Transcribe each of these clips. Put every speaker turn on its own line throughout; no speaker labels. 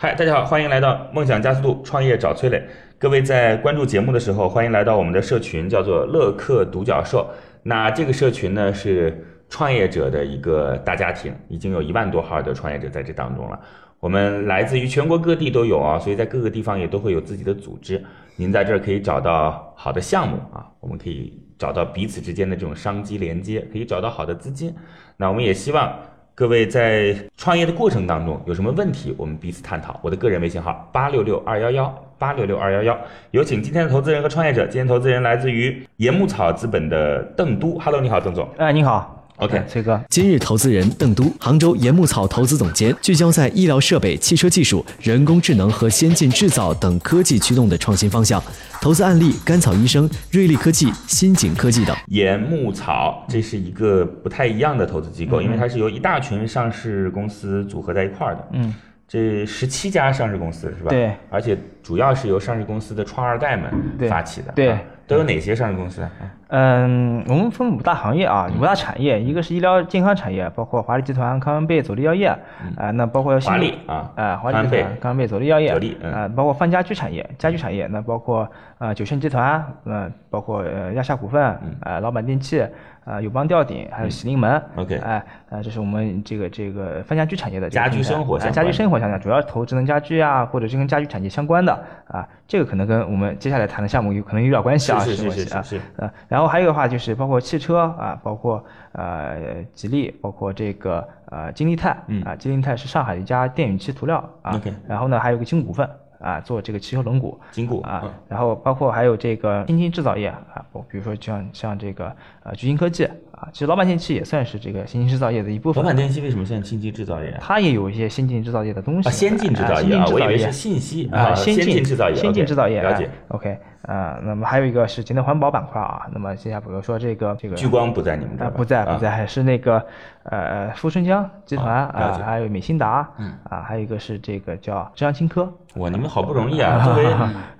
嗨，大家好，欢迎来到梦想加速度创业找崔磊。各位在关注节目的时候，欢迎来到我们的社群，叫做乐客独角兽。那这个社群呢是创业者的一个大家庭，已经有一万多号的创业者在这当中了。我们来自于全国各地都有啊，所以在各个地方也都会有自己的组织。您在这儿可以找到好的项目啊，我们可以找到彼此之间的这种商机连接，可以找到好的资金。那我们也希望各位在创业的过程当中有什么问题，我们彼此探讨。我的个人微信号八六六二幺幺八六六二幺幺，有请今天的投资人和创业者。今天投资人来自于盐木草资本的邓都，Hello，你好，邓总。
哎，你好
OK
哎崔哥，
今日投资人邓都，杭州盐木草投资总监，聚焦在医疗设备、汽车技术、人工智能和先进制造等科技驱动的创新方向。投资案例：甘草医生、瑞丽科技、新景科技等。
盐木草，这是一个不太一样的投资机
嗯
构，因为它是由一大群上市公司组合在一块儿的。
嗯，
这十七家上市公司是吧？
对
而且主要是由上市公司的创二代们
对
发起的。
对
啊都有哪些上市公司啊？
嗯，我们分五大行业啊，五大产业，一个是医疗健康产业，包括华丽集团、康恩贝、佐力药业，啊、那包括新
嗯华丽啊
呃，华丽
康恩
集
贝
团、康恩贝、佐力药业，
佐力嗯
呃，包括泛家居产业，家居产业，那包括呃九盛集团，呃，包括呃亚夏股份，
嗯
呃老板电器，呃友邦吊顶，还有喜临门、
OK
哎、呃，这是我们这个这个泛家居产业的这个
家居
平台
生活
哎
相
家居
关的
生生活上讲，主要是投智能家居啊，或者是跟家居产业相关的啊，这个可能跟我们接下来谈的项目有可能有点关系啊，
是是
有关系
是是
啊
是
呃，然后还有的话就是包括汽车啊，包括呃吉利，包括这个呃金利泰，
嗯
啊，金利泰是上海的一家电与汽涂料啊
OK
然后呢还有个金股份啊，做这个汽车轮毂，
金嗯谷
啊，然后包括还有这个新兴制造业啊，包比如说像像这个呃聚鑫科技啊，其实老板电器也算是这个新兴制造业的一部
老
分。
板电器为什么现在新机制造业啊？
它也有一些先进制造业的东西。
啊先进制造业啊
啊，先进制
我以
造
为是
业
信息啊
啊，先
先进制造业
先进
OK，
制造业
了解
哎 OK，呃，那么还有一个是节能环保板块啊，那么接下来比如说这个这个
聚光不在你们这
啊
儿吧？
不在
啊
不。在，是那个呃富春江集团
啊了
啊
解，嗯
还有美心达，啊，还有一个是这个叫浙江青 科，
哇，你们好不容 易啊！作为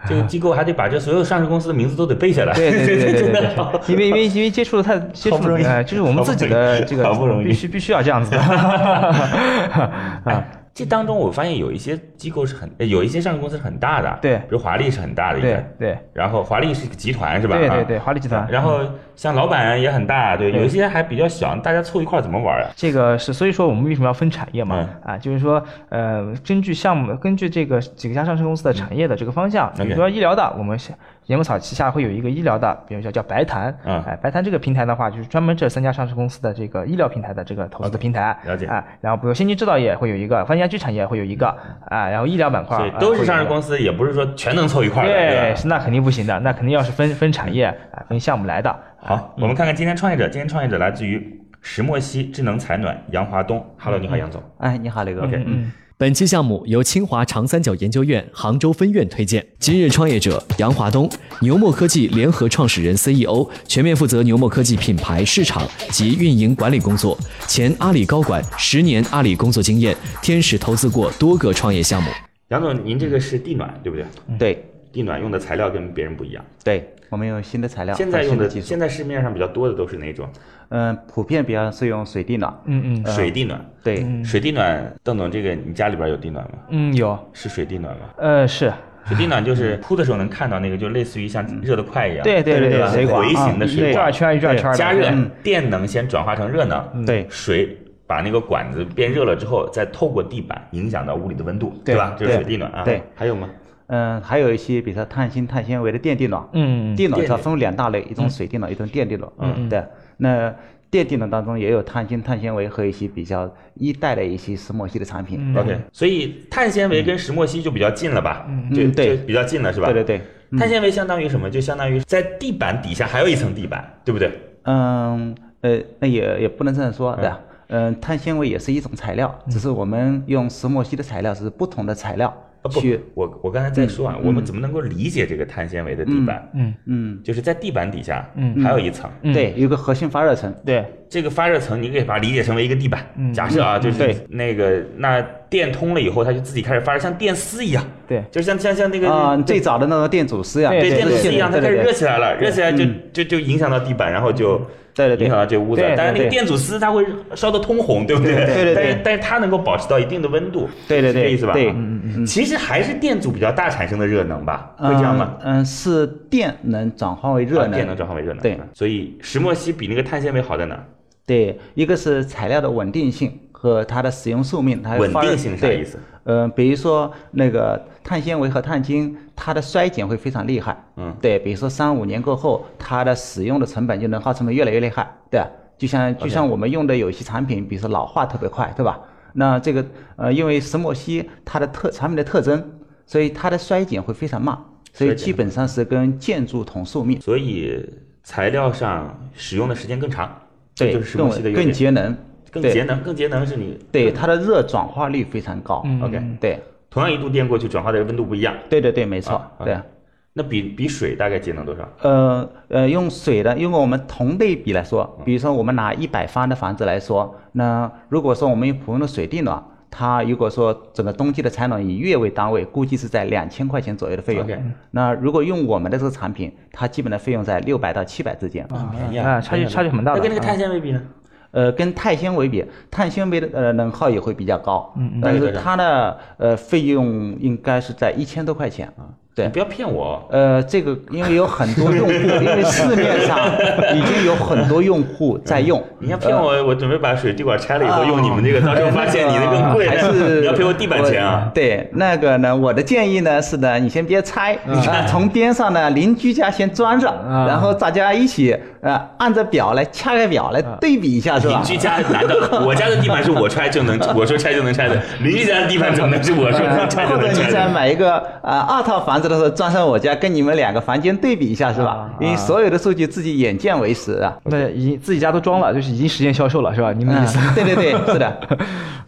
这个机构，还得把这所有上市公司的名字都得背下来。
对 对对对
真
对
的
对
好
对，因为因为因为接触的太接
好不
触
容易
呃，就是我
好
们
不
自己
容易
的这个
好不容易
必须必须要这样 子的， 啊
哎这当中我发现有一些机构是很，呃有一些上市公司是很大的，啊
对
比如华丽是很大的一
对
个，
对
然后华丽是一个集团是吧？
对
啊
对对，。华丽集团，
然后像老板也很大，对，
对
有一些还比较小，大家凑一块儿怎么玩儿啊？
这个是，所以说我们为什么要分产业嘛？
嗯
啊，就是说，呃，根据项目，根据这个几家上市公司的产业的这个方向，比
嗯 OK
如说医疗的，我们是盐木草旗下会有一个医疗的，比如叫叫白檀，
嗯
哎，白檀这个平台的话，就是专门这三家上市公司的这个医疗平台的这个投资的平台，
了解
啊，然后比如先进制造业会有一个，泛家居产业会有一个，啊，然后医疗板块
嗯所以
啊
都
会有
是
一
上市
个
公司，也不是说全能凑一块儿的，
对，
对吧？
是那肯定不行的，那肯定要是分分产业啊，分项目来的。
好，我们看看今天创业者，今天创业者来自于石墨烯、智能采暖、杨华东。Hello，你好，杨总。
哎，你好，雷哥。
OK，
嗯，
本期项目由清华长三角研究院杭州分院推荐。今日创业者杨华东，牛墨科技联合创始人 CEO，全面负责牛墨科技品牌、市场及运营管理工作，前阿里高管，十年阿里工作经验，天使投资过多个创业项目。
杨总，您这个是地暖对不对？
对
地暖用的材料跟别人不一样，
对，我们有新的材料，
现在用
啊的
的
技术
现，在市面上比较多的都是哪种？
嗯，普遍比较是用水地暖。
嗯嗯
水地暖。
对，
水地暖，邓总，这个你家里边有地暖吗？
嗯，有，
是水地暖吗？
呃，是
水地暖就是铺的时候能看到那个，就类似于像热得快一样，
对对
对
对
吧
对水管
回形的水
一转
管，
圈一转圈的
加热电能先转化成热能，
对
水把那个管子变热了之后，再透过地板影响到屋里的温度，
对
吧？这是
对
水地暖啊。
对
还有吗？
嗯，还有一些，比如说碳芯、碳纤维的电地暖。
嗯嗯
地暖
电
它
地
分两大类，一种水地暖，一种电地暖。嗯，对。那电地暖当中也有碳芯、碳纤维和一些比较一代的一些石墨烯的产品。
OK，所以碳纤维跟石墨烯就比较近了吧？嗯就
嗯对
就比较近了是吧？
对对对。
碳纤维相当于什么？就相当于在地板底下还有一层地板，对不对？
嗯，呃，那也也不能这样说，对吧？呃嗯嗯，碳纤维也是一种材料，只是我们用石墨烯的材料是不同的材料。嗯
啊不
去，
我我刚才在说啊，我们怎么能够理解这个碳纤维的地板？
嗯，
嗯，
就是在地板底下，嗯，还有一层，
对，有个核心发热层，
对，
这个发热层你可以把它理解成为一个地板。
嗯
假设啊，就是
嗯对
那个那电通了以后，它就自己开始发热，像电丝一样，
对
就像像像那个
啊，最早的那种电阻丝呀，
对
对
电
对
子丝一样，它开
对对
始
对嗯
热起来了，热起来就就就影响到地板，然后就
对对对
影响到这屋子
对。对
但是那个
对
电阻丝它会烧得通红，对不对？
对对对
但是
对
但是它能够保持到一定的温度，
对对对
是这意思吧？
对
嗯嗯嗯。其实还是电阻比较大产生的热能吧，会这样吗？
嗯，嗯是电能转化为热
啊
能，
电能转化为热能。
对，
所以石墨烯比那个碳纤维好在哪儿？
对，一个是材料的稳定性和它的使用寿命，它的
稳
发热
定性啥
对
意思？
呃，比如说那个碳纤维和碳晶，它的衰减会非常厉害。
嗯
对，比如说三五年过后，它的使用的成本就能耗成本越来越厉害，对吧就像就像我们用的有些产品，比如说老化特别快，对吧？那这个呃，因为石墨烯它的特产品的特征，所以它的衰减会非常慢，所以
衰减
基本上是跟建筑同寿命。
所以材料上使用的时间更长，这
对，
就是石墨烯的
更
优点
更节能，
更
对
节能，更节能是你
对，它的热转化率非常高。
嗯
OK
对，
同样一度电过去转化的温度不一样，
对对对，没错，
啊
对。
啊那比比水大概节能多少？
呃呃，用水的，用我们同类比来说，比如说我们拿一百方的房子来说，那如果说我们用普通的水电暖，它如果说整个冬季的采暖以月为单位，估计是在两千块钱左右的费用。
OK
那如果用我们的这个产品，它基本的费用在六百到七百之间。
便宜
啊，差距差距很大
那
的。
跟那个
啊
碳纤维比呢？
呃，跟碳纤维比，碳纤维的呃能耗也会比较高，
嗯
但
对
是
对对
它的呃费用应该是在一千多块钱啊。对
你不，要骗我。哦
呃，这个因为有很多用户，因为市面 上已经有很多用户在用，
你要骗我，我准备把水滴管拆了以后
呃啊
用你们这个，到时候发现你那更贵，
还是
你要赔我地板钱啊
我！对，那个呢，我的建议呢是呢，你先别拆， 啊，从边上呢邻居家先装着，
啊
然后大家一起呃按着表来掐个表来对比一下，是吧
邻？居家男 的，我家的地板是我拆就能，我说拆就能拆的，邻居家的地板怎么能是我说
呃
拆就
或者
能拆
你在
的？
买一个呃二套房子的时候装上我家，跟你们两个房间对比一下，是
啊
吧？因为所有的数据自己眼见为实啊。
那已经自己家都装了，就是已经实现销售了，是吧？你们 的意思？
嗯对对对，是的。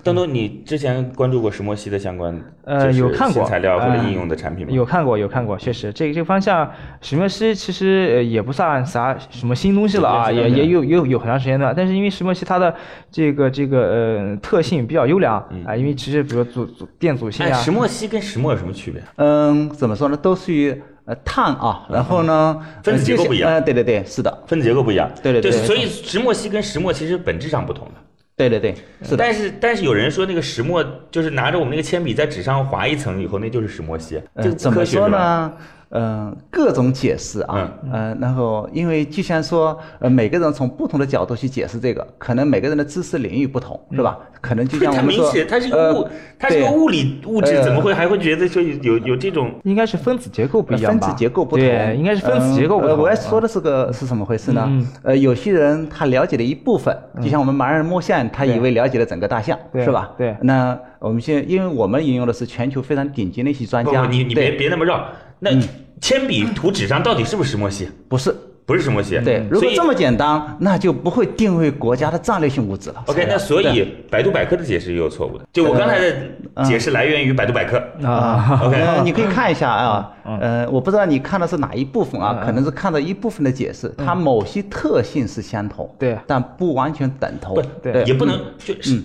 东东，你之前关注过石墨烯的相关
呃
就是
有看过
新材料或者
嗯
呃
应用的产品吗？
有看过，有看过，确实，这个这个方向，石墨烯其实呃也不算啥什么新东西了啊，
对对
也
对
也有有有很长时间的，但是因为石墨烯它的这个这个呃特性比较优良
嗯
啊，因为其实比如组组电阻性
哎，
啊，
石墨烯跟石墨有什么区别？啊
嗯，怎么说呢？都属于呃碳啊，然后呢，
嗯分子结构
呃就
不一
是
样
呃，对对对，是的，
分子结构不一样，
对对对
所以石墨烯跟石墨其实本质上不同的。
对对对，是的。
但是但是有人说那个石墨就是拿着我们那个铅笔在纸上划一层以后，那就是石墨烯，
呃
这个
怎
科
么
学
说
是吧？嗯
呢？嗯，各种解释啊，呃，然后因为就像说，呃，每个人从不同的角度去解释这个，可能每个人的知识领域不同，是吧？可能就像
它
我们
嗯 明
说
显，它是一
呃
个物，它是
对
个物理物质，
呃
怎么会还会觉得说有有有这种？
应该是分子结构不一样
分
吧？
子结构不同，
对，应该是分子结构不
呃
同。啊
我要说
的
的是个是怎么回事呢
嗯？
呃，有些人他了解了一部分，就像我们盲人摸象，他以为了解了整个大象，
对
是吧？
对
那我们现在，因为我们引用的是全球非常顶级的一些专
不
家，
不，你你别
对嗯
别那么绕。那铅笔涂纸上到底是不是石墨烯？
不是
不是石墨烯。
嗯
对，如
所
果
以
这么简单，那就不会定位国家的战略性物质了。
OK，那所以百度百科的解释也有错误的。就我刚才
嗯
的解释来源于百度百科。
啊， 嗯
呃，你可以看一下啊，呃，我不知道你看的是哪一部分啊，可能是看到一部分的解释，它某些特性是相同，
嗯对
但不嗯完全等同
不，，
对
也不能就是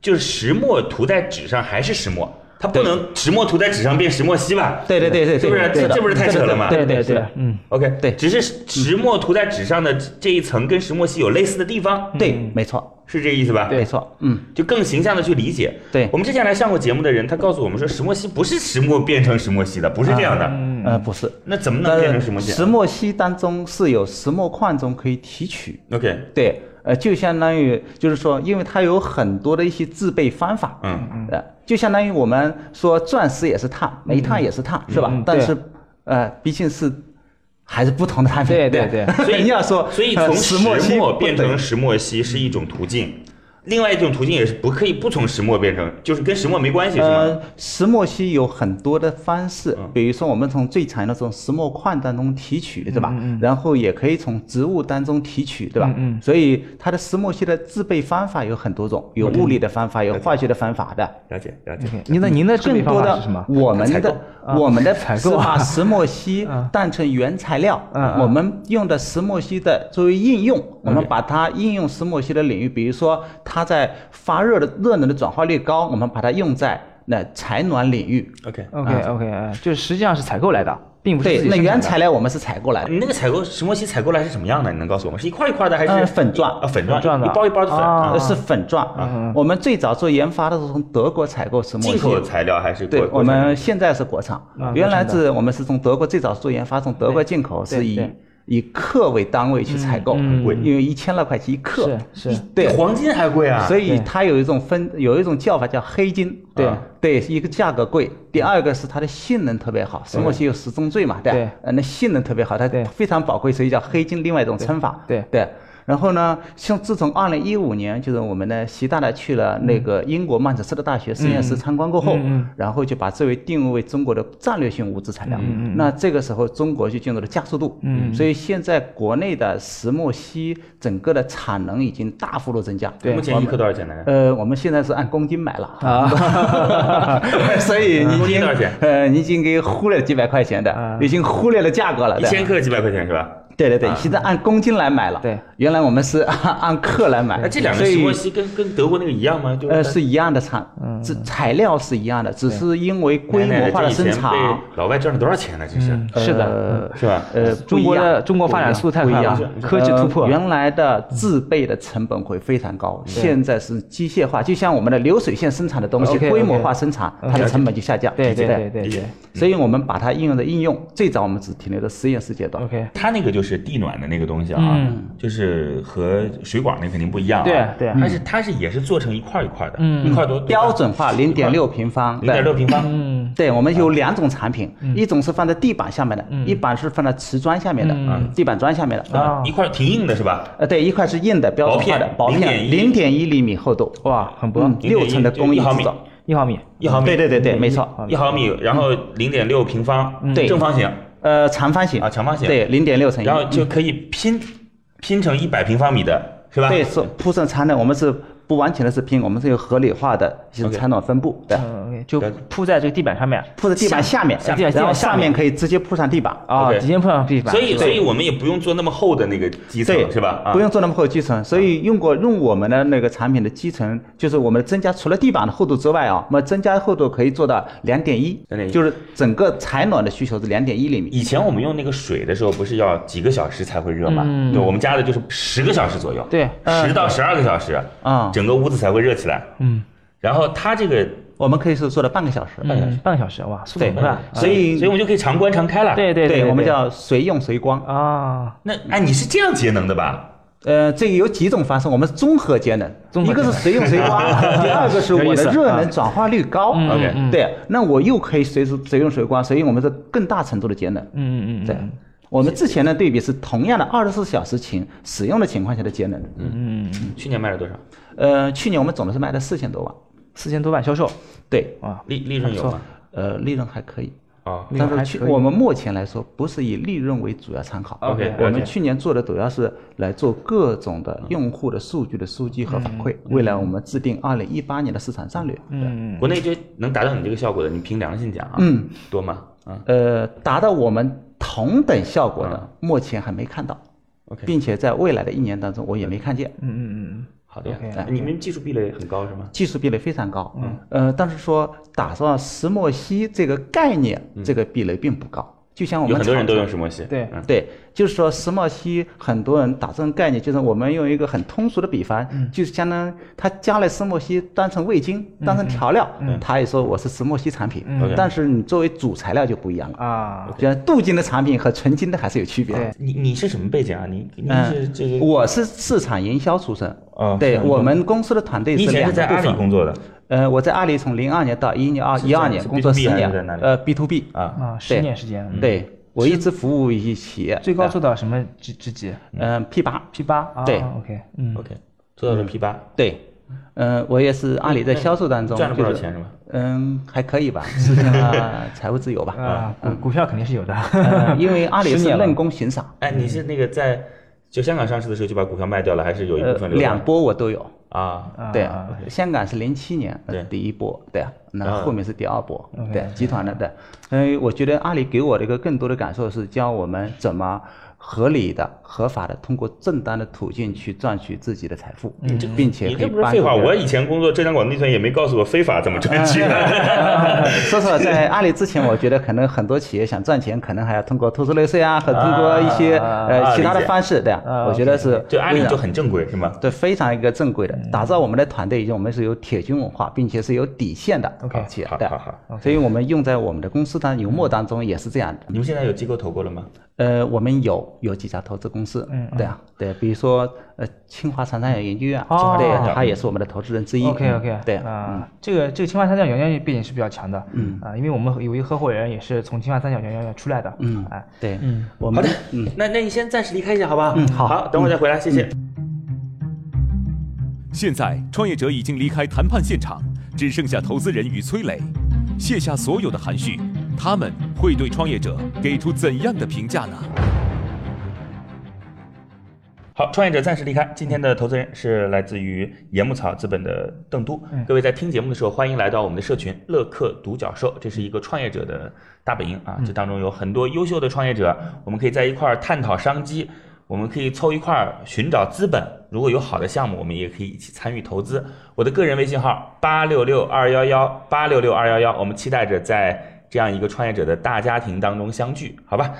就是石墨涂在纸上还是石墨，它不能石墨涂在纸上变石墨烯吧？
对对对对，
是不是？
对
这
的
这不是太扯了吗？
对 对
对
对，
嗯，
OK，
对嗯
只是石墨涂在纸上的这一层跟石墨烯有类似的地方，
嗯
对，没错，
是这意思吧？
没，错，嗯，
就更形象的去理解。
对
我们之前来上过节目的人，他告诉我们说，石墨烯不是石墨变成石墨烯的，不是这样的。
呃，不是，
那怎么能
但
变成
是
石墨烯
呃石墨烯当中是有石墨矿中可以提取，
？OK，
对，呃，就相当于就是说，因为它有很多的一些制备方法，
嗯，
呃，就相当于我们说钻石也是碳，煤炭也是碳，是吧？但是，呃，毕竟是还是不同的产品，
对对对
所以你要说，
所以
呃
从
石墨
石
烯
墨
不
变
等于
成石墨烯是一种途径，另外一种途径也是不可以不从石墨变成，就是跟石墨没关系，是吗？
呃，石墨烯有很多的方式，
嗯
比如说我们从最常用的从石墨矿当中提取，对吧？然后也可以从植物当中提取，对吧？
嗯嗯嗯
所以它的石墨烯的制备方法有很多种，有物理的方法，有化学的方法的。
了解了解。
您的您的制备
嗯更
方
多
法
的
是什么？
我们的我们的
采
是
购啊
把石 墨烯
嗯
当成原材料
嗯，嗯
我们用的石墨烯的作为应用，我们把它应用石墨烯的领域，比如说它在发热的热能的转化率高，我们把它用在那采暖领域。
OK，
OK OK，呃就是实际上是采购来的，并不是自
对，
己
那
生产
原
的
材料我们是采过来的，
你那个采购石墨烯采购来是什么样的？你能告诉我吗？是一块一块的还是
呃粉状
啊，粉状，
粉状的
一包一包的粉，
啊嗯
呃是粉状。我们最早做研发的时候从德国采购石墨烯，
进口材料还是国
对，
国
我
产
们现在是国产
啊，
原来
国产
是我们是从德国最早做研发，从德国进口，
对
是以
对
以克为单位去采购，
嗯很
贵
因为一千来块钱一克，
是是
对，
黄金还贵啊，
所
以
以它有一种分，有一种叫法叫黑金，啊
对
对，一个价格贵，第二个是它的性能特别好，石墨烯有十宗罪嘛，对吧
对
呃，那性能特别好，它
对
非常宝贵，所以叫黑金，另外一种称法，
对
对。然后呢，像自从二零一五年，就是我们的习大大去了那个英国曼彻斯特大学实验室参观过后，然后就把这为定位为中国的战略性物资材料。那这个时候，中国就进入了加速度。所以现在国内的石墨烯整个的产能已经大幅度增加。
目前一克多少钱呢？
呃，我们现在是按公斤买了
啊，
所以你
公斤
已经
多少钱
呃，你已经给忽略了几百块钱的，已经忽略了价格了。
一
对
千克几百块钱是吧？
对对对，现在按公斤来买了。
对，
原来我们是 按按克来买。
哎，这两个
所以
石墨烯跟跟德国那个一样吗？就是
呃是一样的产，这材料是一样的，只是因为规模化的生
奶奶这以
产
前被老外赚了多少钱呢？这是
是的，
呃
是吧？
呃，
中国的中国发展速度太快了嗯
不一样
科技突破
呃原来的制备的成本会非常高，现在是机械化，就像我们的流水线生产的东西，
OK，OK
规模化生产，它的成本就下降。
对对
不
对对
理解
对
所以我们把它应用的应用，最早我们只停留在实验室阶段。
，OK，
它那个就是地暖的那个东西啊，
嗯
就是和水管那肯定不一样啊。
对对
它是它是也是做成一块一块的，一块多
嗯标准化零点六平方，
零点六平啊方，
嗯，
对，我们有两种产品，一种是放在地板下面的，
嗯
一板是放在瓷砖下面的，地板砖下面的。
啊，一块挺硬的是吧？
呃，对，一块是硬的标准化的
薄
薄
片
片，零
0.1
点一厘米厚度，
哇，很薄，
嗯六层的工
0.1就一
艺
毫
制
米
造，
一毫米，
一毫米，
对对对对，没错。
一毫米，然后零点六平方，
对
正方形，
呃，长方形
啊长方形
嗯对，零点六乘一，
然后就可以拼拼成一百平方米的，是吧？
对是铺上餐的，我们是不完全的是拼，我们是有合理化的一种
OK
餐暖分布对，
嗯，OK，就铺在这个地板上面
铺在地板下面，
下面
然后
下面
下面可以直接铺上地板。
啊，
OK
直接铺上地板，
所以，所以我们也不用做那么厚的那个基层，
对，
是吧？啊
不用做那么厚的基层，所以用过用我们的那个产品的基层，就是我们增加除了地板的厚度之外啊，我们增加厚度可以做到两点一
2.1，
就是整个采暖的需求是两点一厘米。
以前我们用那个水的时候，不是要几个小时才会热吗？
嗯
对，我们家的就是十个小时左右，
对
十到十二个小时，
呃嗯
整个屋子才会热起来。嗯，然后它这个，
我们可以是做到半个小时，
嗯半个小时，哇，速度
对
很快，
所以
所以我们就可以常关常开了。
对，对
我们叫随用随光。
啊，
那哎，你是这样节能的吧？
呃，这个有几种方式，我们是综合节能，
综合
一
节能
个是随用随光， 第二个是我的热能转化率高。
嗯 OK 嗯
对，那我又可以随时随用随光，所以我们是更大程度的节能。
嗯嗯嗯
对，我们之前的对比是同样的二十四小时情使用的情况下的节能。
去年卖了多少？
呃，去年我们总的是卖了四千多万，
四千多万销售，
对，
利利润有吗？
呃，利润还可以。
啊，
利润
但是
还
去
可以
我们目前来说，不是以利润为主要参考。
OK，嗯
我
OK
们去年做的主要是来做各种的用户的数据的收集和反馈。
嗯
未来我们制定二零一八年的市场战略。
嗯，
国内就能达到你这个效果的，你凭良心讲啊，
嗯
多吗？啊
呃，达到我们同等效果的，目前还没看到，
嗯，OK，
并且在未来的一年当中，我也没看见。
好的
OK，
哎你们技术壁垒很高是吗？
技术壁垒非常高，嗯，呃，但是说打造石墨烯这个概念，这个壁垒并不高。就像我
嗯有
们
很多人
炒
都用石墨烯，
对
嗯
对，就是说石墨烯，很多人打这种概念，就是我们用一个很通俗的比方，
嗯
就是相当于他加了石墨烯当成味精，当成调料，
嗯
他也说我是石墨烯产品，
OK
但是你作为主材料就不一样了。
嗯
啊，
就像镀金的产品和纯金的还是有区别的。
你你是什么背景啊？你你是
嗯，
这个，
我是市场营销出身，
哦市
对
场营销
我们公司的团队
你以
是
前
两
是
个
在
部
阿里
分。
工作的
呃，我在阿里从零二年到一年二一二年
是
工作
B2B
十
还
年
是在哪里，
呃，B to B，
啊？
啊，十
对
年时间，嗯，
对我一直服务于企业，
最高做到什么职职级
嗯 P 八
？P 八啊
对
，OK，嗯
OK，做到了 P 八，
对，嗯，我也是阿里在销售当中
赚了不少
就是
钱是吧？
嗯，还 可以吧，实现了财务自由吧。
啊，股股票肯定是有的，
嗯呃，因为阿里
十
是
年了
论功行赏，
哎，你是那个在就香港上市的时候就把股票卖掉了，还是有一
呃
部分，留着
两波我都有。
啊？
啊
对，香港是零七年呃
对
第一波，对，
啊
那后面是第二波，对，集团的，对，嗯，我觉得阿里给我的一个更多的感受是教我们怎么合理的、合法的，通过正当的途径去赚取自己的财富，并
嗯
且
你
可以
这不是
帮
废
助
话？
别人
我以前工作浙江广东地产也没告诉我非法怎么赚钱。
啊 说实话，在阿里之前，我觉得可能很多企业想赚钱，可能还要通过偷税漏税啊，和通过一些
啊
呃其他的
理解
方式，对啊
啊，
我觉得是
就阿
为
里
了
就很正规是吗？
对，非常一个正规的，打造我们的团队以及我们是有铁军文化，并且是有底线的
OK，
企业
嗯好
的
好好，
啊
嗯
所以我们用在我们的公司当油墨当中也是这样的。
你们现在有机构投过了吗？
呃，我们有有几家投资公司，嗯，对啊，对，比如说呃，清华长三角研究院，
哦
对，它也是我们的投资人之一。
OK OK，
嗯对啊，
啊、这个这个清华三角研究院背景是比较强的，嗯啊、因为我们有一个合伙人也是从清华三角研究院出来的，
嗯
哎、
对，嗯，我
好
们
的，那那你先暂时离开一下好不好？
嗯好嗯
等会儿再回来，谢谢。
现在，创业者已经离开谈判现场，只剩下投资人与崔磊，卸下所有的含蓄，他们会对创业者给出怎样的评价呢？
好，创业者暂时离开。今天的投资人是来自于盐木草资本的邓都。各位在听节目的时候，欢迎来到我们的社群“乐客独角兽”，这是一个创业者的大本营啊。这当中有很多优秀的创业者，我们可以在一块儿探讨商机，我们可以凑一块儿寻找资本。如果有好的项目，我们也可以一起参与投资。我的个人微信号八六六二幺幺八六六二幺幺，我们期待着在这样一个创业者的大家庭当中相聚，好吧？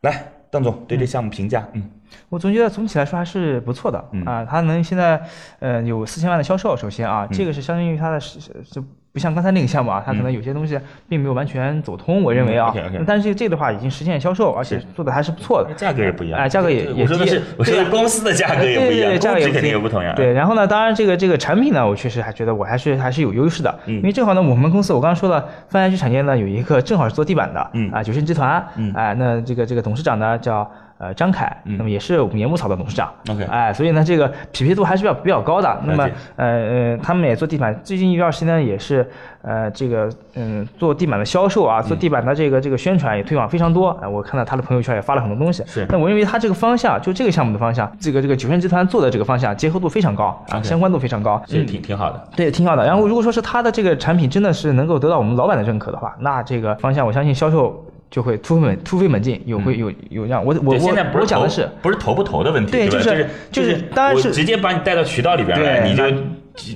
来，邓总对这项目评价，嗯。
我总觉得总体来说还是不错的
嗯
啊，它能现在呃有四千万的销售，首先啊，
嗯
这个是相当于它的是是就不像刚才那个项
嗯
目啊，它可能有些东西并没有完全走通，我认为啊
嗯，OK，OK，
但是这个的话已经实现销售，而且
是
做的还是不错的，
价格也不一样，
哎价格也也
我说的
低
是，我说
对
的
啊
公司的价格也不
对
一
对
样，
对，价格
估值
也
肯定也
一
不同样。
对，然后呢，当然这个这个产品呢，我确实还觉得我还是还是有优势的，
嗯
因为正好呢，我们公司我刚刚说了，泛亚区产业呢有一个正好是做地板的，
嗯
啊，九盛集团，
嗯
哎，那这个这个董事长呢叫。呃，张凯，
嗯
那么也是我们盐木草的董事长
OK
哎，所以呢，这个匹配度还是比较比较高的。那么
了解，
呃呃，他们也做地板，最近一段时间呢，也是呃这个嗯做地板的销售啊，做
嗯
地板的这个这个宣传也推广非常多。哎，我看到他的朋友圈也发了很多东西。
是
那我认为它这个方向，就这个项目的方向，这个这个九盛集团做的这个方向，结合度非常高啊，
OK
相关度非常高。嗯
这挺挺好的。
对，挺好的。然后如果说是它的这个产品真的是能够得到我们老板的认可的话，那这个方向我相信销售就会突飞猛突飞猛进，有会有有让我我
嗯对现在不
我
是
我讲的
投
是。
不是投不投的问题，
对
吧
就是
是
就是
是，
当然
我
是
直接把你带到渠道里边来，
对
你就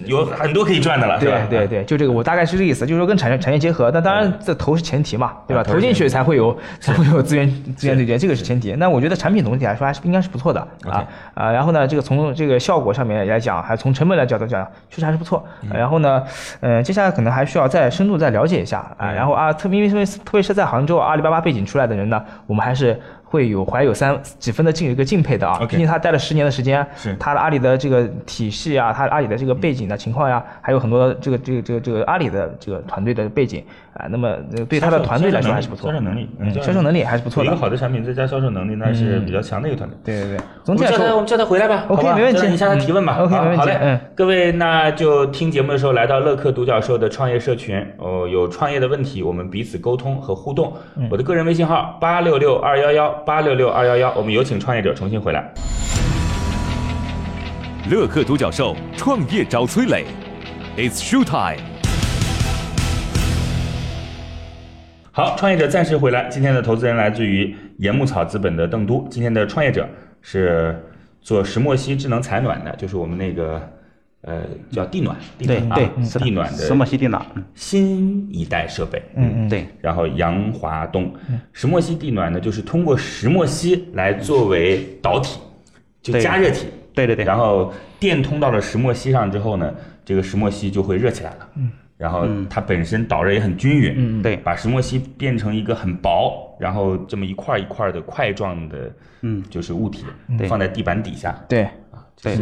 有很多可以赚的了，是吧啊
对？对对，就这个，我大概是这个意思，就是说跟产业产业结合。那当然，这投是前提嘛，对吧？
啊投是
投
前
进
提
去才会有才会有资源资源对接，这个是前提。那我觉得产品总体来说还是应该是不错的
OK
啊啊。然后呢，这个从这个效果上面来讲，还从成本的角度讲，确实还是不错。然后呢，嗯，接下来可能还需要再深度再了解一下啊。
嗯
然后啊，特别因为因为特别是在杭州阿里巴巴背景出来的人呢，我们还是。会有怀有三几分的敬一个敬佩的啊
OK
毕竟他待了十年的时间，啊
是嗯
他的阿里的这个体系啊，他阿里的这个背景的情况呀、还有很多这个这个这个这个阿里的这个团队的背景啊，那么呃对他的团队来说还是不错
销售，能力，
嗯销售能力还是不错
有一
的嗯
个。好的产品，再加销售能力，那是比较强的一个团队。
对对对，
我
总体
们
来
叫他，我
说
们叫他回来吧。
OK，
好吧
没问题
叫他你向他提问吧。
嗯，OK，
好
没问题
好嘞，
嗯，
各位，那就听节目的时候来到乐客独角兽的创业社群，哦，有创业的问题，我们彼此沟通和互动。
嗯
我的个人微信号八六六二幺幺八六六二幺幺，我们有请创业者重新回来。
乐客独角兽创业找崔磊，It's show time。
好，创业者暂时回来。今天的投资人来自于盐木草资本的邓都。今天的创业者是做石墨烯智能采暖的，就是我们那个呃叫地暖，地
对
暖啊
对，是的
地暖
石墨
的
烯电脑，
新一代设备。
嗯，对，
然后杨华东，
嗯
石墨烯地暖呢，就是通过石墨烯来作为导体，就
对
加热体。
对对对
然后电通到了石墨烯上之后呢，这个石墨烯就会热起来了。嗯。然后它本身导热也很均匀。嗯
对
把石墨烯变成一个很薄，然后这么一块一块的块状的，嗯，就是物体
对
放在地板底下。
对
对，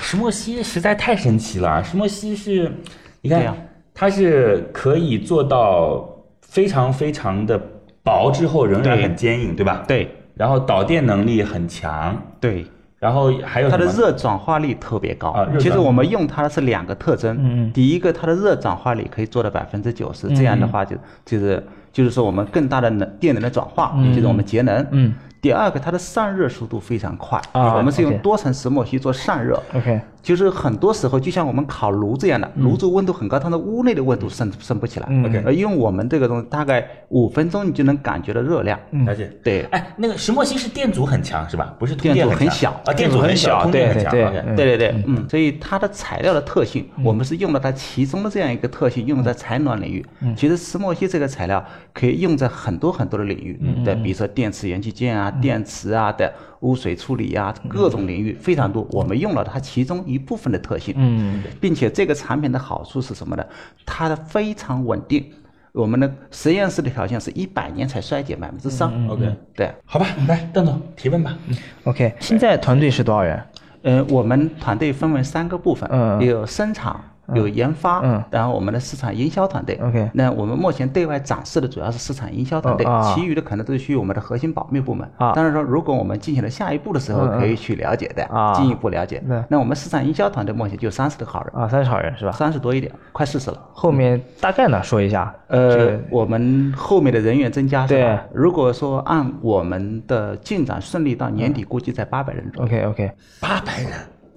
石墨烯实在太神奇了，啊石墨烯是，你看、
对呀
它是可以做到非常非常的薄之后仍然
对
很坚硬，对吧？。
对
然后导电能力很强，
对
然后还有
它的
什么
热转化率特别高。
啊热转化
其实我们用它的是两个特征，
嗯嗯
第一个它的热转化率可以做到百分之九十，这样的话就就是就是说我们更大的能电能的转化，就是我们节能。
嗯。
第二个，它的散热速度非常快，
啊
我们是用
OK
多层石墨烯做散热。
OK
就是很多时候，就像我们烤炉这样的，炉子温度很高，它的屋内的温度升升不起来。
嗯
OK
而用我们这个东西，大概五分钟你就能感觉到热量。
嗯
了解。
对，
哎，那个石墨烯是电阻很强是吧？不是通
电阻
很
很
强
小
啊，电阻很小，通
对
电很强。
对
OK
嗯
对对对，嗯，所以它的材料的特性，我们是用了它其中的这样一个特性，用在采暖领域。其实石墨烯这个材料可以用在很多很多的领域，对，比如说电池元器件啊、电池啊的污水处理啊，各种领域非常多。我们用了它其中一部分的特性，
嗯，
并且这个产品的好处是什么呢？它的非常稳定。我们的实验室的条件是一百年才衰减百分之三。
OK，
对，嗯
好吧，来邓总提问吧。
OK，现在团队是多少人？
呃，我们团队分为三个部分，
嗯
有生产，有研发，
嗯
然后我们的市场营销团队。
OK
那我们目前对外展示的主要是市场营销团队，
哦啊
其余的可能都是去我们的核心保密部门。
啊嗯
当然说，如果我们进行了下一步的时候，可以去了解的，
啊
进一步了解。
对
那我们市场营销团队目前就三十个好人，
啊，三十好人是吧？
三十多一点，快四十了。
后面大概呢说一下。这
呃
个，
我们后面的人员增加是
对
吧？如果说按我们的进展顺利，到年
嗯
底估计在八百人左右。
，OK OK，
八百人，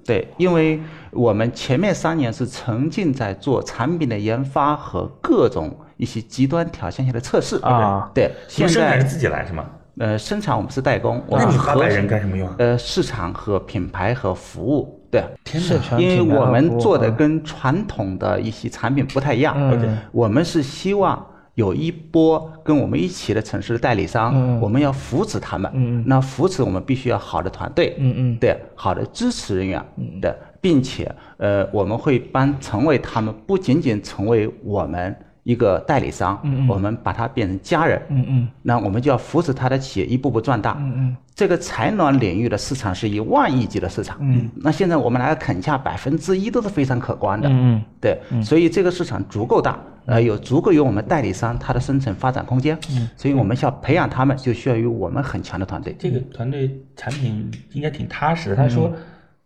对，因为我们前面三年是沉浸在做产品的研发和各种一些极端条件下的测试
啊
对，
你
现
们生产是
在
自己来是吗？
呃生产我们是代工，我
那
们
你八
和
百人干什么用啊？
呃市场和品牌和服务，对，
是产
因为
品的
我们
服务
做的跟传统的一些产品不太一样，
嗯
我们是希望有一波跟我们一起的城市的代理商，
嗯
我们要扶持他们。
嗯嗯
那扶持我们必须要好的团队，
嗯嗯
对，好的支持人员，嗯，对，并且呃，我们会帮成为他们，不仅仅成为我们一个代理商，嗯嗯我们把它变成家人，
嗯嗯
那我们就要扶持他的企业一步步壮大。
嗯嗯，
这个采暖领域的市场是一万亿级的市场，嗯，那现在我们来砍价百分之一都是非常可观的，
嗯嗯，
对，所以这个市场足够大，呃，有足够有我们代理商它的生存发展空间，嗯，所以我们想培养他们，就需要有我们很强的团队，
这个团队产品应该挺踏实的。他
嗯
说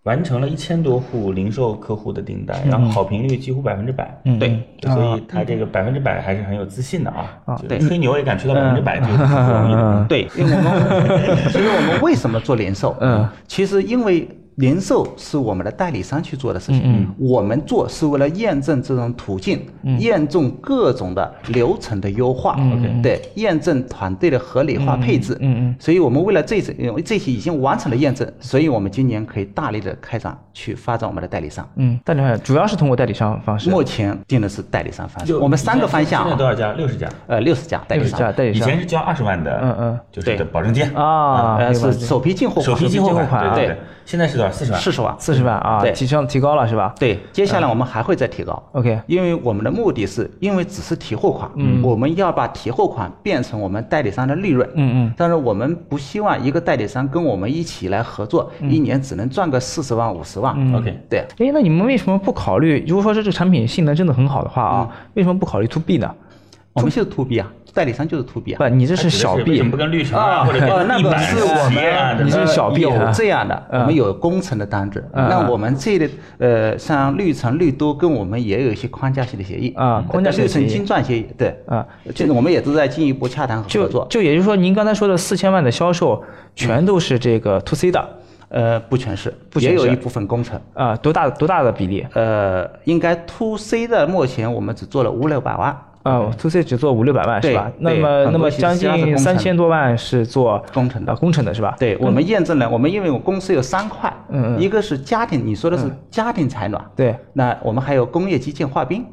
完成了一千多户零售客户的订
嗯
单，然后好评率几乎百分之百。
对，
所以他这个百分之百还是很有自信的啊，就
嗯啊对
吹牛也敢吹到百分之百，这个挺不容易的。
对，因为我们 其实我们为什么做零售？嗯，其实因为零售是我们的代理商去做的事情，嗯，我们做是为了验证这种途径，验证各种的流程的优化，对，验证团队的合理化配置，嗯嗯，所以我们为了这次这些已经完成了验证，所以我们今年可以大力的开展去发展我们的代理商。
嗯，代理商主要是通过代理商方式。
目前定的是代理商方 式，
就
我们三个方向
现在多
啊，
少家？六十家。
呃，六十家代理
代理
商，
商，代理
以
商
前是交二十万的，
嗯嗯，
就是的
对
保证金，
啊，
呃，
明白
是首批进货款，
首批进货款，对
对
对。对。现在是多少？四十万。
四十万，
四十万啊，
对
提升提高了是吧？
对，接下来我们还会再提高。
OK
因为我们的目的是因为只是提货款，嗯，我们要把提货款变成我们代理商的利润，
嗯嗯，
但是我们不希望一个代理商跟我们一起来合作，一年只能赚个四十万五十万，
OK，
对。
哎，那你们为什么不考虑？如果说这个产品性能真的很好的话啊，
嗯
为什么不考虑 to B 呢？
我们就是 to B 啊，代理商就是 to B 啊
不，，你这
这
是小
为
B，
什么不跟绿城啊或者
哦那
跟
个
地板
是我们
啊
你
等
是
等？
小 B
有
啊
这样的，我们有工程的单子。
嗯
那我们这类呃，像绿城、绿都跟我们也有一些框架性的协议
啊框架性
绿
的协议
城金钻协议，对
啊，
就是我们也都在进一步洽谈和合
就
作。
就也就是说，您刚才说的四千万的销售全都是这
嗯
个 to C 的
呃，不全是，
不全
也
是
有一部分工程。
啊，多大多大的比例？
呃，应该 to C 的目前我们只做了五六百万
啊，to C 只做五六百万是
嗯对
吧？那
对
么
很
那
多
么
其实
将
其他的
近
工程
三千多万是做
工程
啊
的。
工程的是吧？
对我们验证了，我们因为我公司有三块，
嗯嗯嗯
一个是家庭，你说的是家庭采暖，
对，
那我们还有工业基建化冰，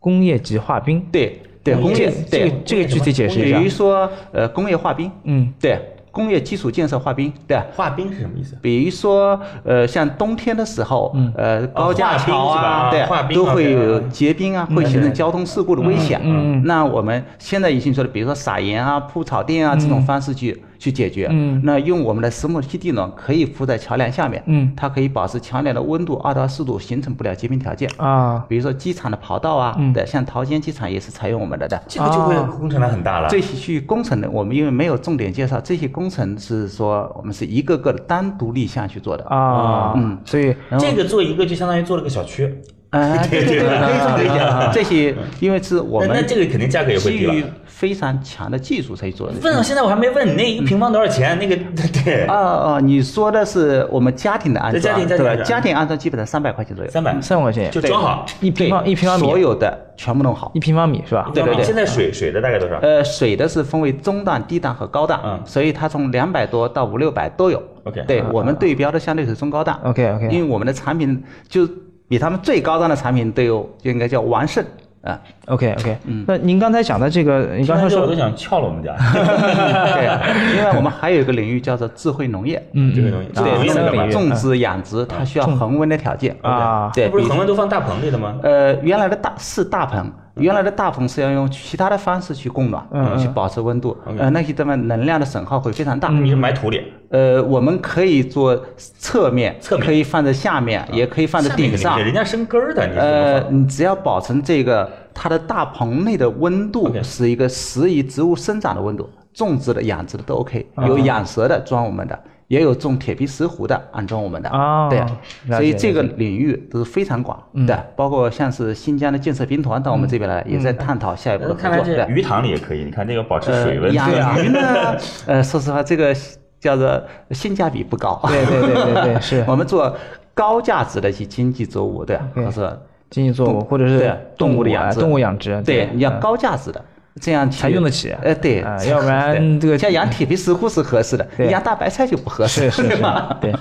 工业级化冰，
对对，工
这
业
个嗯这
对
个这个具体解释一
比如
下。
说，呃，工业化冰，
嗯，
对，工业基础建设化冰，对。
化冰是什么意思？
比如说，呃，像冬天的时候，
嗯
呃，高架桥
化冰是吧
啊，
化
对，
冰
都会有
OK，OK
结冰
嗯
啊，会形成交通事故的危险。那我们现在已经说的，比如说撒盐啊、铺草垫啊这种方式去去解决。
嗯
那用我们的石墨烯地暖可以铺在桥梁下面，
嗯
它可以保持桥梁的温度二到四度，形成不了结冰条件。
啊，
比如说机场的跑道啊，
嗯
对，像桃尖机场也是采用我们的的。
这个就会工程量很大了。
这些去工程的，我们因为没有重点介绍，这些工工程是说我们是一个个的单独立项去做的，
啊，
嗯
所以
然后
这个做一个就相当于做了个小区，
啊，对对对，可以这么理解。这些因为是我
那啊那
们
这个肯定价格也会
基
低了
于。非常强的技术才去做的。
问到现在我还没问你那一个平方多少钱，那个 对
啊，啊！你说的是我们家庭的安
对家
装，
庭家
对
庭
吧？
安装
家庭安装基本上三百块钱左右，
三百
三块钱
就装好。
一平方一平方米
所有的全部弄好
一。平方米是吧？
对对对
现在水水的大概多少？
呃，水的是分为中档、低档和高档，
嗯
所以它从两百多到五六百都有。
OK 嗯
对我们对标的相对是中高档。
OK，OK
因为我们的产品就比他们最高档的产品都有，就应该叫完胜 啊。
OK OK，那
嗯
您刚才讲的这个，你
听
刚才
完之
说
后我都想撬了我 们家。
对，另外我们还有一个领域叫做智慧农业。
嗯，这个东西，这个东
对，
西
那
干嘛嗯
个？种植养殖它需要恒温的条件
啊
对，
不
比
是恒温都放大棚里的吗？
呃，原来的大是大棚，原来的大棚是要用其他的方式去供暖，
嗯嗯
去保持温度，
OK 嗯
呃，那些地方能量的损耗会非常大。
你是埋土里，
呃，我们可以做侧面，
侧面
可以放在下面，也可以放在
下面
顶
肯定
上
是。人家生根儿的，你怎么
呃，
放？
你只要保存这个它的大棚内的温度
OK
是一个适宜植物生长的温度，种植的、养殖的都 OK。有
啊
养蛇的装我们的，也有种铁皮石斛的安装我们的。
哦
对
了，
所以
解嗯
这个
了解
领域都是非常广的，包括像是新疆的建设兵团到我们这边
嗯
来，也在探讨下一步的
呃看
合
来
作。
这
对。
鱼塘里也可以，你看这个保持
呃
水，温。
养
对啊
鱼呢， 呃，说实话，这个叫做性价比不高。
对对对对对是
我们做高价值的一些经济作物，对吧？
对
或者
经济作物
动
或者
对
是
动物的
啊
养殖，
动物养殖，
对，你要
嗯
高价值的，这样去
才用得起
呃，对
啊，要不然这个
像养铁皮石斛是合适的，
对
你养大白菜就不合适，
是是是
对吧？，
对，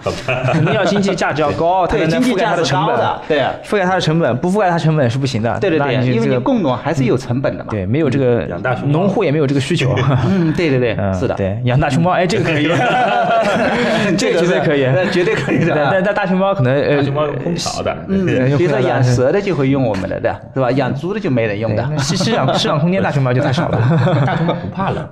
肯定要经济价值要高，啊它才
对，
能
经济
覆盖它
价
的
值
成
高
本
的，对啊，
覆盖它的成本，不覆盖它成本是不行的。
对对
那
对，
你
因为
这
你
个
供暖还是有成本的嘛。
对没有这个
嗯养大熊猫
农户也没有这个需求。
嗯，对对对，
嗯
是的，
对，养大熊猫，哎，这个可以，这个绝对可以，
呃 绝对可以的
但
啊。
但但大熊猫可能
大
呃
熊猫有空调的，
对
嗯，
又
比如
回
说
来
养
了
蛇的就会用我们的，对吧对吧？养猪的就没人用
对，
的。
那市市场市场空间大熊猫就太少 了。嗯
大熊猫不 怕冷。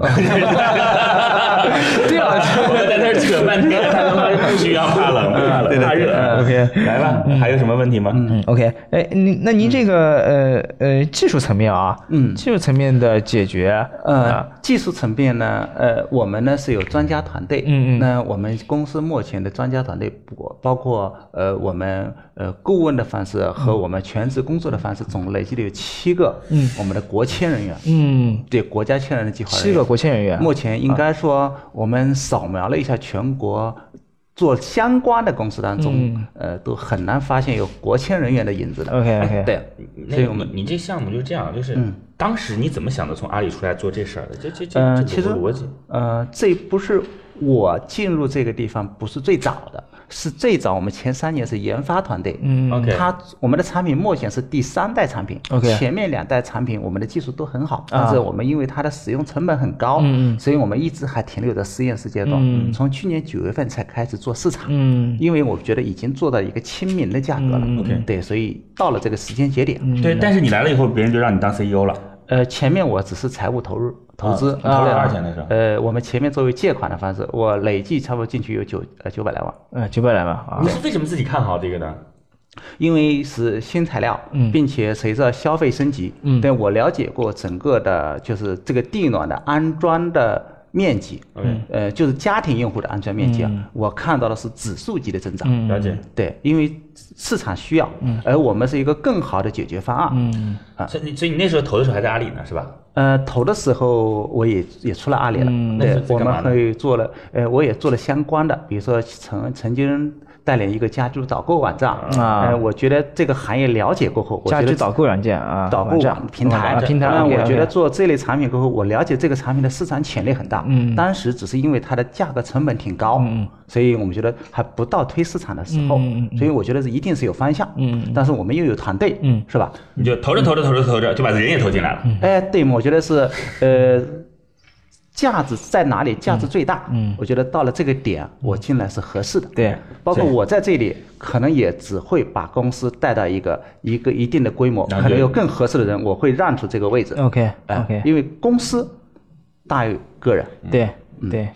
对啊，
我们在那儿扯半天，大熊猫不需要怕 冷，不怕冷，怕热。
嗯
OK
来吧，还有什么问题吗？
嗯，OK，哎，您那您这个呃呃技术层面啊，
嗯
技术层面的解决，
呃
啊，
技术层面呢，呃，我们呢是有专家团队，
嗯嗯
那我们公司目前的专家团队不包括呃我们呃顾问的方式和
嗯
我们全职工作的方式，总累计的有七个，嗯，我们的国签人员，
嗯，
对国家签人的计划人
七
员，
个国签人员，
目前应该说，我们扫描了一下全国做相关的公司当中，
嗯
呃，都很难发现有国签人员的影子的。
OK，OK
哎对，
那
所以我
你
们嗯
你这项目就是这样，就是当时你怎么想的从阿里出来做这事儿的？这这这
呃，
这
其
这
实
个逻辑，
呃，这不是我进入这个地方不是最早的，是最早我们前三年是研发团队，嗯
OK
它我们的产品目前是第三代产品
OK 啊
前面两代产品我们的技术都很好，但是我们因为它的使用成本很高，
嗯
所以我们一直还停留在实验室阶段，从去年九月份才开始做市场，
嗯
因为我觉得已经做到一个亲民的价格了、
OK
对，所以到了这个时间节
嗯
点，
对。但是你来了以后，别人就让你当 CEO 了。
呃，前面我只是财务投入投资，
啊投了多少钱那时候
呃，我们前面作为借款的方式，我累计差不多进去有九呃九百来万，
呃九百来万啊
你，是为什么自己看好这个呢？
因为是新材料，并且随着消费升级，嗯，对我了解过整个的，就是这个地暖的安装的面积，嗯，呃，就是家庭用户的安装面积啊，我看到的是指数级的增长，
了解。
对，因为市场需要，而我们是一个更好的解决方案，嗯，啊，
所以你所以你那时候投的时候还在阿里呢，是吧？
呃，投的时候我也也出了阿里了，
那
对
是，在
我
干嘛
们
呢
会做了，呃，我也做了相关的，比如说曾曾经带领一个家居导购网站，
啊
呃，我觉得这个行业了解过后，我
家
觉
居
得
导购软件啊，
导购
网站
网平台
啊平台
那
OK，OK，
我觉得做这类产品过后，我了解这个产品的市场潜力很大，嗯，当时只是因为它的价格成本挺高，嗯，所以我们觉得还不到推市场的时候，所以我觉得是一定是有方向，嗯，但是我们又有团队，嗯，是吧？
你就投着投着投着投着，就把人也投进来了。
哎，对，我觉得是，呃，价值在哪里？价值最大。嗯，我觉得到了这个点，我进来是合适的。
对，
包括我在这里，可能也只会把公司带到一个一个一定的规模，
了
可能
解
有更合适的人，我会让出这个位置。
OK
哎
嗯 OK，
因为公司大于个人，
对
嗯
对，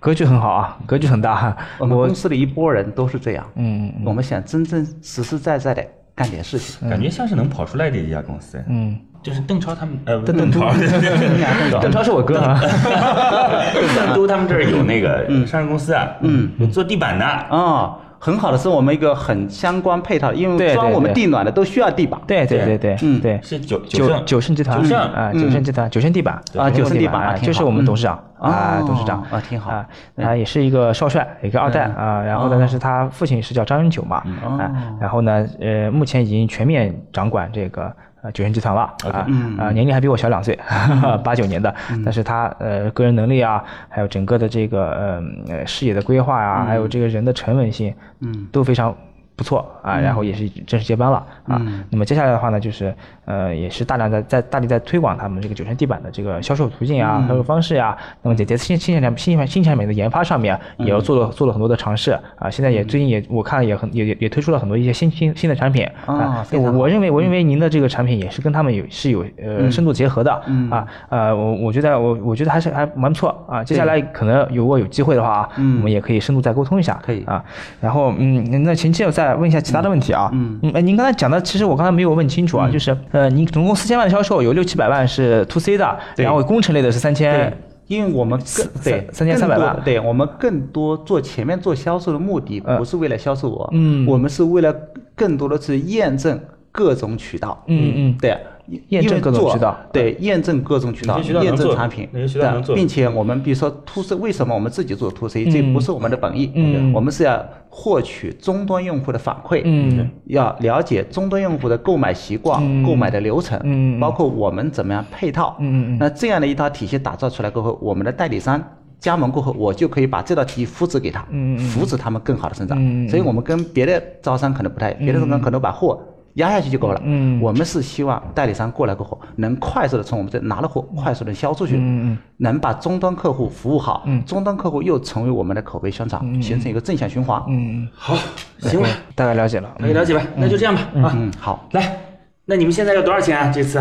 格局很好啊，格局很大，
我们
我
公司的一波人都是这样。
嗯，
我们想真正实实在在的干点事情。
感觉像是能跑出来的一家公司。
嗯，
就是邓超他们，
呃，
邓
邓
邓
超，
超，
邓超是我哥 啊，
邓都他们这儿有那个上市公司啊，
嗯，
有做地板的，
啊，很好的是我们一个很相关配套，因
对
为
对
装我们
对
地暖的都需要地板，
对对对对，
嗯
对，
是九
九
盛
九盛集团，
九盛
啊，
嗯
九盛集团，九盛地板
啊九盛地板
啊
啊挺好
就是我们董事长
嗯
啊
哦，
董事长
啊挺好
啊，啊也是一个少帅，一个二代
嗯
啊，然后呢
哦，
但是他父亲是叫张永久嘛，
嗯
啊，然后呢，呃，目前已经全面掌管这个。呃，九盛集团了啊，
嗯
啊，年龄还比我小两岁， 八九年的，但是他呃个人能力啊，还有整个的这个呃呃视野的规划啊，还有
嗯
这个人的沉稳性，嗯，都非常不错
嗯
啊，然后也是正式接班了啊。那么接下来的话呢，就是呃，也是大量在在大力在推广他们这个九成地板的这个销售途径
嗯
啊、销售方式啊。那么在在新新产品、新产新产品的研发上面，
嗯
也要做了做了很多的尝试啊。现在也最近也我看了也很也也也推出了很多一些新新新的产品
啊
啊。
非
我
常好
我认为我认为您的这个产品也是跟他们有是有
嗯
呃深度结合的啊。呃，我我觉得我我觉得还是还蛮不错啊。接下来可能如果有机会的话啊，我们也可以深度再沟通一下。
嗯可以
啊。然后嗯，那秦姐，我再问一下其他的问题啊。嗯，哎您刚才讲的，其实我刚才没有问清楚
嗯
啊，就是呃，您总共四千万的销售，有六七百万是 to C 的，
对
然后工程类的是三
对
千，，
因为我们更
三
对
三千三百
更多
万
对我们更多做前面做销售的目的
嗯
不是为了销售额，
嗯
我们是为了更多的是验证各种渠道，
嗯嗯
对。啊
验证
因为
各种
做
渠道
对，验证各种渠道，
哪些渠道
验
能
证
做
产品，
哪些渠道
对啊
能做
并且我们比如说 to C，为什么我们自己做 to C？这
嗯
不是我们的本意，
嗯
我们是要获取终端用户的反馈，
嗯，
要了解终端用户的购买习惯、
嗯
购买的流程，
嗯
包括我们怎么样配套，
嗯嗯嗯
那这样的一套体系打造出来过后，我们的代理商加盟过后，我就可以把这套体系复制给他，
嗯嗯嗯
扶持他们更好的生长。
嗯嗯嗯
所以我们跟别的招商可能不太，别的招商可能把货压下去就够了。
嗯
我们是希望代理商过来过后，能快速的从我们这拿了货，快速的销出去，
嗯嗯
能把终端客户服务好，
嗯
终端客户又成为我们的口碑宣传，形成一个正向循环。
嗯，
好，行吧，
大概了解了。
可以了解吧？那就这样吧，啊，
嗯，好。
来，那你们现在要多少钱啊？这次？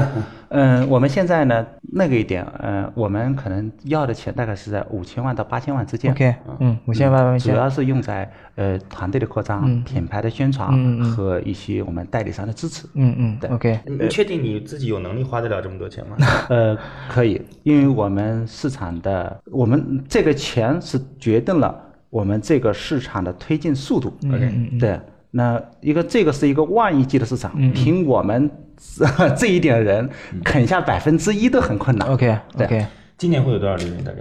嗯，我们现在呢，那个一点，嗯，我们可能要的钱大概是在五千万到八千万之间。
OK，嗯，五千万万
主
千，
要是用在呃团队的扩张、品牌的宣传、
嗯嗯嗯
和一些我们代理商的支持。
嗯嗯
对
，OK，
你你确定你自己有能力花得了这么多钱吗？
呃，可以，因为我们市场的我们这个钱是决定了我们这个市场的推进速度。OK，对。
嗯
那一个这个是一个万亿级的市场，
嗯
凭我们这一点人啃下百分之一都很困难。
OK OK，
今年会有多少利润？大概？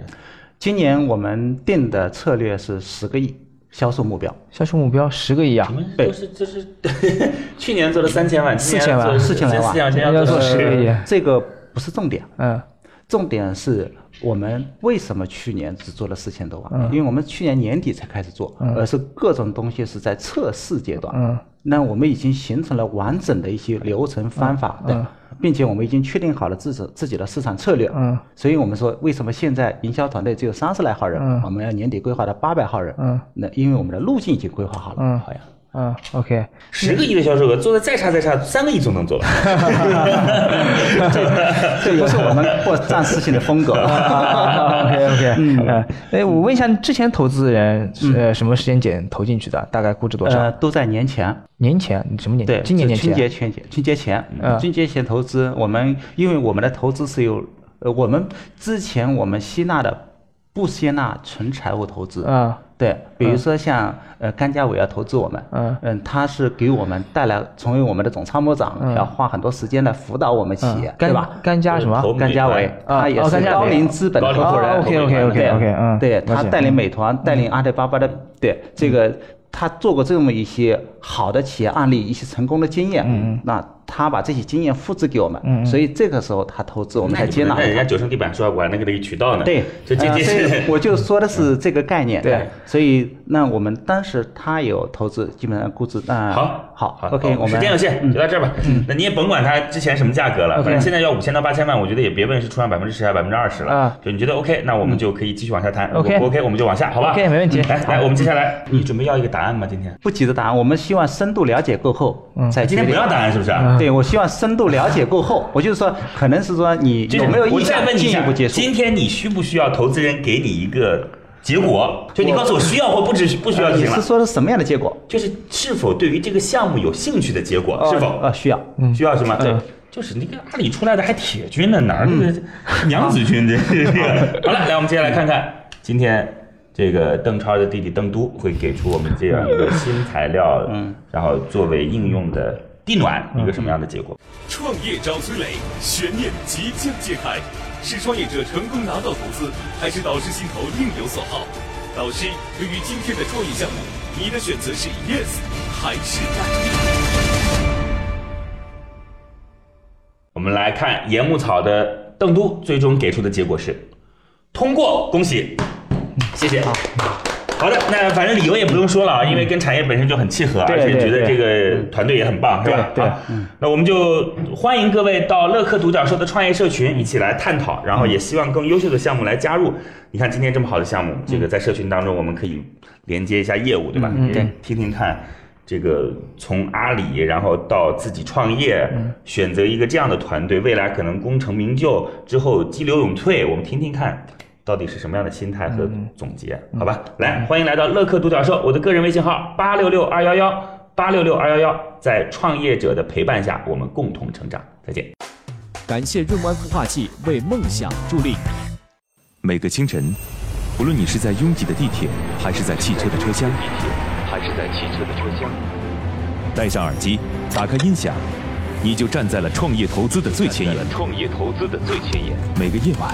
今年我们定的策略是十个亿销售目标，
销售目标十个亿啊
你，们都是就是 去年做了三千万，今年做了
四千万
四千万，今年
要
要
做
做
十
十
个
个
亿
亿。
对
这个不是重点，
嗯
重点是我们为什么去年只做了四千多万？
嗯
因为我们去年年底才开始做，而是各种东西是在测试阶段。
嗯
那我们已经形成了完整的一些流程方法，
嗯
对，并且我们已经确定好了自己自己的市场策略。
嗯，
所以我们说，为什么现在营销团队只有三十来号人？
嗯
我们要年底规划到八百号人。
嗯，
那因为我们的路径已经规划好了。
嗯
好呀。
嗯，OK，
十个亿的销售额，做的再差再差，三个亿总能做吧？
这不是我们过战士性的 风格。
OK OK，嗯，哎，我问一下，之前投资人是呃什么时间点投进去的？大概估值多
嗯
少？，
呃都在年前，
年前？什么年？
对，
今年
是
年
春节
前？
前前春节前
嗯，
春节前投资，我们因为我们的投资是有，呃，我们之前我们吸纳的不吸纳纯财务投资，
啊，
对，比如说像呃甘家伟要投资我们，
嗯
嗯，他是给我们带来成为我们的总参谋长，要花很多时间来辅导我们企业，啊
嗯
对
甘
吧？
甘嗯家什么？
投
甘家伟，
啊
他也
哦
是
甘家伟
高瓴资本的合伙人。
哦，OK，OK，OK，OK，
对
嗯
对
了
他
解
带领美团，带领阿里巴巴的，对这个他做过这么一些好的企业案例，一些成功的经验，那他把这些经验复制给我们，所以这个时候他投资我们才接纳
那。人家九成地板说玩那个的一渠道呢，
对，
就这
呃
这
所 以
这，
我就说的是这个概念。
对，
所以那我们当时他有投资，基本上估值啊，
好
好
好
，OK，我们嗯
时间有限，就到这儿吧。那你也甭管它之前什么价格了，反正现在要五千到八千万，我觉得也别问是出让百分之十还是百分之二十了
啊。
就你觉得 OK，那我们就可以继续往下谈。如果
OK
不 OK，我们就往下，好吧嗯
OK，没问题
来来，我们接下来，
嗯
你准备要一个答案吗？今天
不急着答案，我们希望深度了解过后再
今
决
天不
定。
要答案是不是啊？
对，我希望深度了解过后，我就是说，可能是说你
这
有
种
没有
我
意
再
向
问你一
进一
下
步接，触？
今天你需不需要投资人给你一个结果？就你告诉我需要或不只不需要就
呃啊你
行
是
了。
说的什么样的结果？
就是是否对于这个项目有兴趣的结果，是
呃
否
呃需要？
嗯
需要是吗？对，就是你个阿里出来的还铁军呢，哪儿
嗯
的娘子军这 这个？好了，来我们接下来看看今天这个邓超的弟弟邓都会给出我们这样一个新材料，嗯，然后作为应用的地暖
嗯
一个什么样的结果？
创业找崔磊，悬念即将揭开，是创业者成功拿到投资，还是导师心头另有所好？导师，对于今天的创业项目，你的选择是 yes 还是 no？
我们来看盐木草的邓都最终给出的结果是通过，恭喜，谢谢。好的，那反正理由也不用说了啊，因为跟产业本身就很契合，
对
而且
对
觉得
对
这个团队也很棒，是吧？
对嗯对
啊，那我们就欢迎各位到乐客独角兽的创业社群一起来探讨，然后
嗯
也希望更优秀的项目来加入。你看今天这么好的项目，这个在社群当中我们可以连接一下业务，对吧？
嗯对
也听听看。这个从阿里，然后到自己创业，
嗯
选择一个这样的团队，未来可能功成名就之后激流勇退，我们听听看到底是什么样的心态和总结，好吧？来，欢迎来到乐客独角兽，我的个人微信号八六六二幺幺八六六二幺幺，在创业者的陪伴下，我们共同成长。再见。
感谢润湾孵化器为梦想助力。
每个清晨，不论你是在拥挤的地铁，还是在汽车的车厢，
还是在汽车的车厢。
戴上耳机，打开音响，你就站在了创业投资的最前沿。
创业投资的最前沿。
每个夜晚，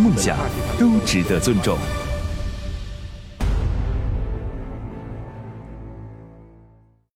梦想都值得尊重。